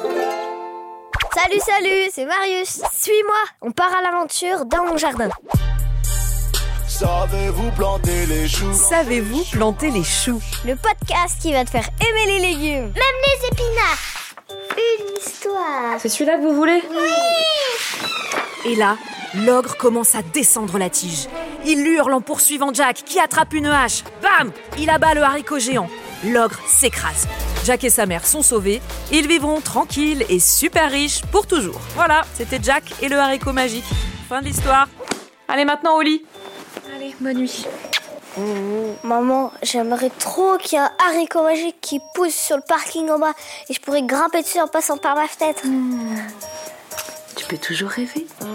Philisicast Salut, salut, c'est Marius. Suis-moi, on part à l'aventure dans mon jardin. Savez-vous planter les choux Savez-vous planter les choux Le podcast qui va te faire aimer les légumes, même les épinards. Une histoire. C'est celui-là que vous voulez Oui. Et là, l'ogre commence à descendre la tige. Il hurle en poursuivant Jack qui attrape une hache. Bam Il abat le haricot géant. L'ogre s'écrase. Jack et sa mère sont sauvés. Ils vivront tranquilles et super riches pour toujours. Voilà, c'était Jack et le haricot magique. Fin de l'histoire. Allez maintenant au lit. Allez, bonne nuit. Mmh, maman, j'aimerais trop qu'il y ait un haricot magique qui pousse sur le parking en bas et je pourrais grimper dessus en passant par ma fenêtre. Mmh. Tu peux toujours rêver. Mmh.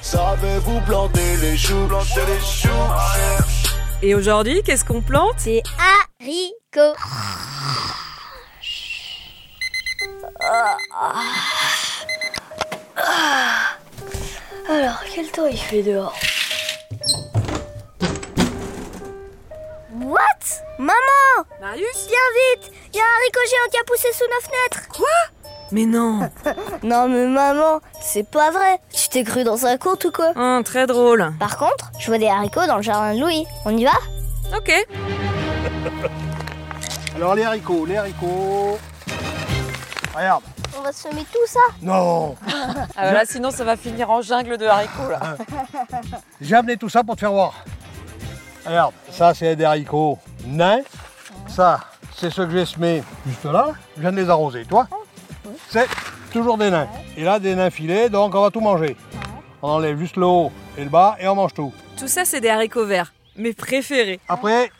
Savez-vous planter les choux, planter les choux Et aujourd'hui, qu'est-ce qu'on plante C'est haricots. Alors, quel temps il fait dehors What Maman Marius Viens vite Il y a un haricot géant qui a poussé sous nos fenêtres Quoi Mais non Non mais maman, c'est pas vrai Tu t'es cru dans un conte ou quoi Hum, très drôle Par contre, je vois des haricots dans le jardin de Louis. On y va Ok Alors les haricots, les haricots... Regarde on va semer tout ça Non ah ben là, sinon ça va finir en jungle de haricots là. J'ai amené tout ça pour te faire voir. Regarde, ça c'est des haricots nains. Ça, c'est ceux que j'ai semés juste là. Je viens de les arroser, toi. C'est toujours des nains. Et là, des nains filés, donc on va tout manger. On enlève juste le haut et le bas et on mange tout. Tout ça, c'est des haricots verts, mes préférés. Après,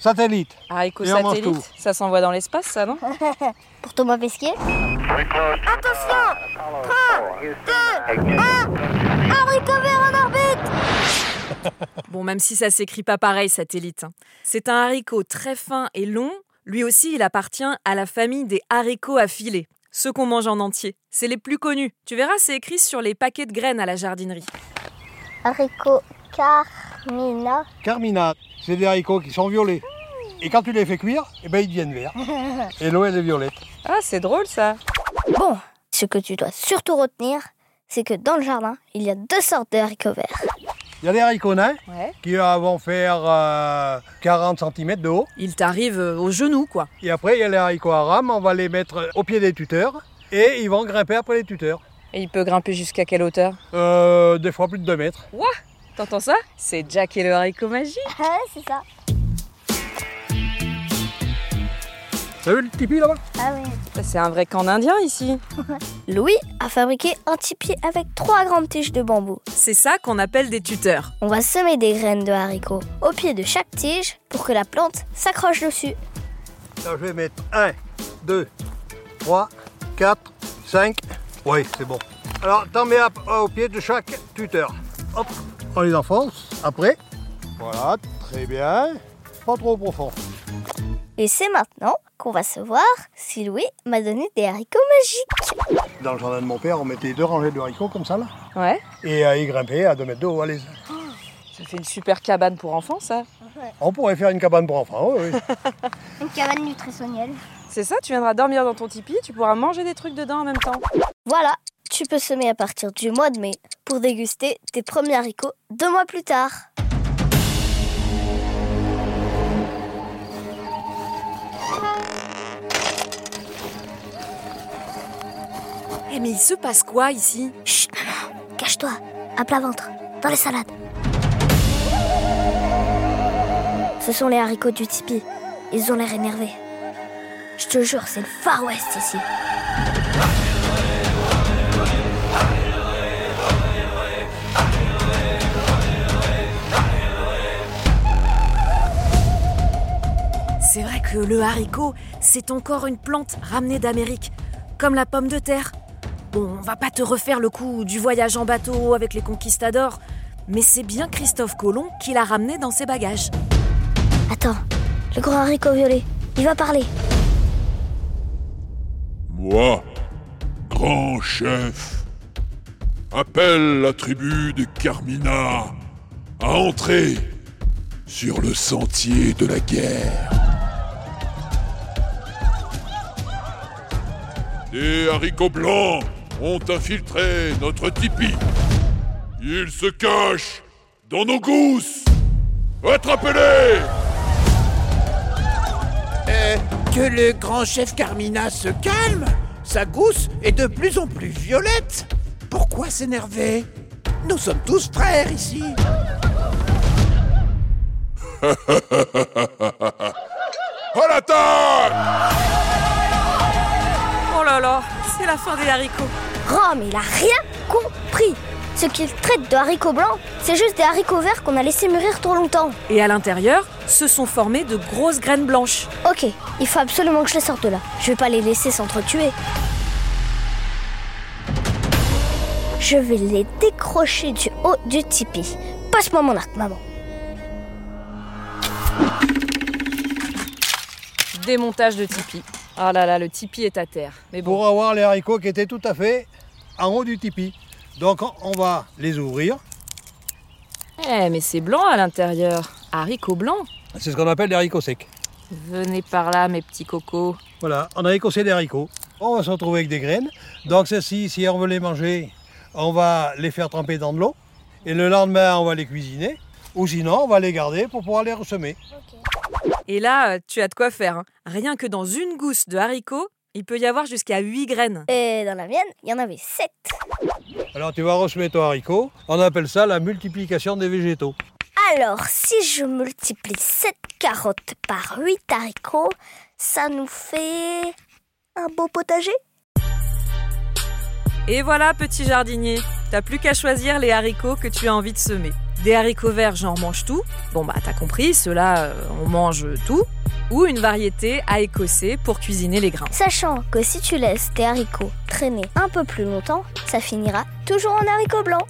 satellite. Haricots Ah, satellite, ça s'envoie dans l'espace, ça, non Pour Thomas Pesquet Attention 3, 2, 1 Haricot vert en orbite Bon, même si ça s'écrit pas pareil, satellite. Hein. C'est un haricot très fin et long. Lui aussi, il appartient à la famille des haricots à filet, ceux qu'on mange en entier. C'est les plus connus. Tu verras, c'est écrit sur les paquets de graines à la jardinerie. Haricot Carmina. Carmina, c'est des haricots qui sont violets. Et quand tu les fais cuire, eh ben, ils deviennent verts. Et l'eau, elle est violette. Ah, c'est drôle ça. Bon, ce que tu dois surtout retenir, c'est que dans le jardin, il y a deux sortes de haricots verts. Il y a des haricots nains ouais. qui vont faire euh, 40 cm de haut. Ils t'arrivent euh, aux genoux, quoi. Et après, il y a les haricots à rame, on va les mettre au pied des tuteurs et ils vont grimper après les tuteurs. Et il peut grimper jusqu'à quelle hauteur euh, Des fois plus de 2 mètres. Ouah T'entends ça C'est Jack et le haricot magique. Ah Ouais, c'est ça. T'as vu le tipi là-bas Ah oui. C'est un vrai camp d'Indiens ici. Louis a fabriqué un tipi avec trois grandes tiges de bambou. C'est ça qu'on appelle des tuteurs. On va semer des graines de haricots au pied de chaque tige pour que la plante s'accroche dessus. Là, je vais mettre 1, 2, 3, 4, 5. Oui, c'est bon. Alors, t'en mets au pied de chaque tuteur. Hop, on les enfonce. Après, voilà, très bien. Pas trop profond. Et c'est maintenant qu'on va se voir si Louis m'a donné des haricots magiques. Dans le jardin de mon père, on mettait deux rangées de haricots comme ça là. Ouais. Et euh, ils grimpaient à 2 mètres de haut, allez. Oh, ça fait une super cabane pour enfants, ça. Ouais. On pourrait faire une cabane pour enfants, oui. oui. une cabane nutritionnelle. C'est ça, tu viendras dormir dans ton tipi, tu pourras manger des trucs dedans en même temps. Voilà, tu peux semer à partir du mois de mai pour déguster tes premiers haricots deux mois plus tard. Eh, mais il se passe quoi ici Chut, maman, cache-toi, à plat ventre, dans les salades. Ce sont les haricots du tipi. Ils ont l'air énervés. Je te jure, c'est le Far West ici. C'est vrai que le haricot, c'est encore une plante ramenée d'Amérique, comme la pomme de terre. Bon, on va pas te refaire le coup du voyage en bateau avec les conquistadors, mais c'est bien Christophe Colomb qui l'a ramené dans ses bagages. Attends, le grand haricot violet, il va parler. Moi, grand chef, appelle la tribu de Carmina à entrer sur le sentier de la guerre. Des haricots blancs ont infiltré notre tipi. Ils se cachent dans nos gousses. Attrapez-les Euh, que le grand chef Carmina se calme Sa gousse est de plus en plus violette Pourquoi s'énerver Nous sommes tous frères ici À l'attaque Oh là là, c'est la fin des haricots. Rome, il a rien compris. Ce qu'il traite de haricots blancs, c'est juste des haricots verts qu'on a laissé mûrir trop longtemps. Et à l'intérieur, se sont formées de grosses graines blanches. Ok, il faut absolument que je les sorte de là. Je vais pas les laisser s'entretuer. Je vais les décrocher du haut du tipi. Passe-moi mon arc, maman. Démontage de tipi. Ah là là, le tipi est à terre. Mais bon, pour avoir les haricots qui étaient tout à fait en haut du tipi. Donc on- on va les ouvrir. eh, mais c'est blanc à l'intérieur. Haricots blancs. C'est ce qu'on appelle des haricots secs. Venez par là, mes petits cocos. Voilà, on a écossé des haricots. On va se retrouver avec des graines. Donc celles-ci, si on veut les manger, on va les faire tremper dans de l'eau. Et le lendemain, on va les cuisiner. Ou sinon, on va les garder pour pouvoir les ressemer. Et là, euh, tu as de quoi faire. hein. Rien que dans une gousse de haricots, il peut y avoir jusqu'à 8 graines. Et dans la mienne, il y en avait sept. Alors tu vas ressemer ton haricot. On appelle ça la multiplication des végétaux. Alors, si je multiplie 7 carottes par 8 haricots, ça nous fait un beau potager Et voilà, petit jardinier, t'as plus qu'à choisir les haricots que tu as envie de semer. Des haricots verts, j'en mange tout. Bon bah t'as compris, ceux-là, euh, on mange tout. Ou une variété à écosser pour cuisiner les grains. Sachant que si tu laisses tes haricots traîner un peu plus longtemps, ça finira toujours en haricots blancs.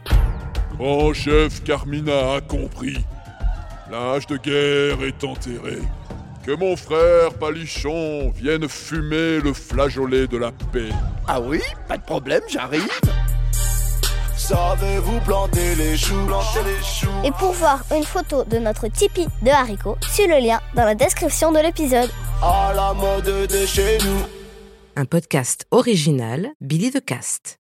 Grand Oh, chef Carmina a compris. L'âge de guerre est enterré. Que mon frère Palichon vienne fumer le flageolet de la paix. Ah oui Pas de problème, j'arrive Savez-vous planter les choux, planter les choux Et pour voir une photo de notre Tipeee de haricots, suis le lien dans la description de l'épisode. à la mode de chez nous Un podcast original Billy de Cast.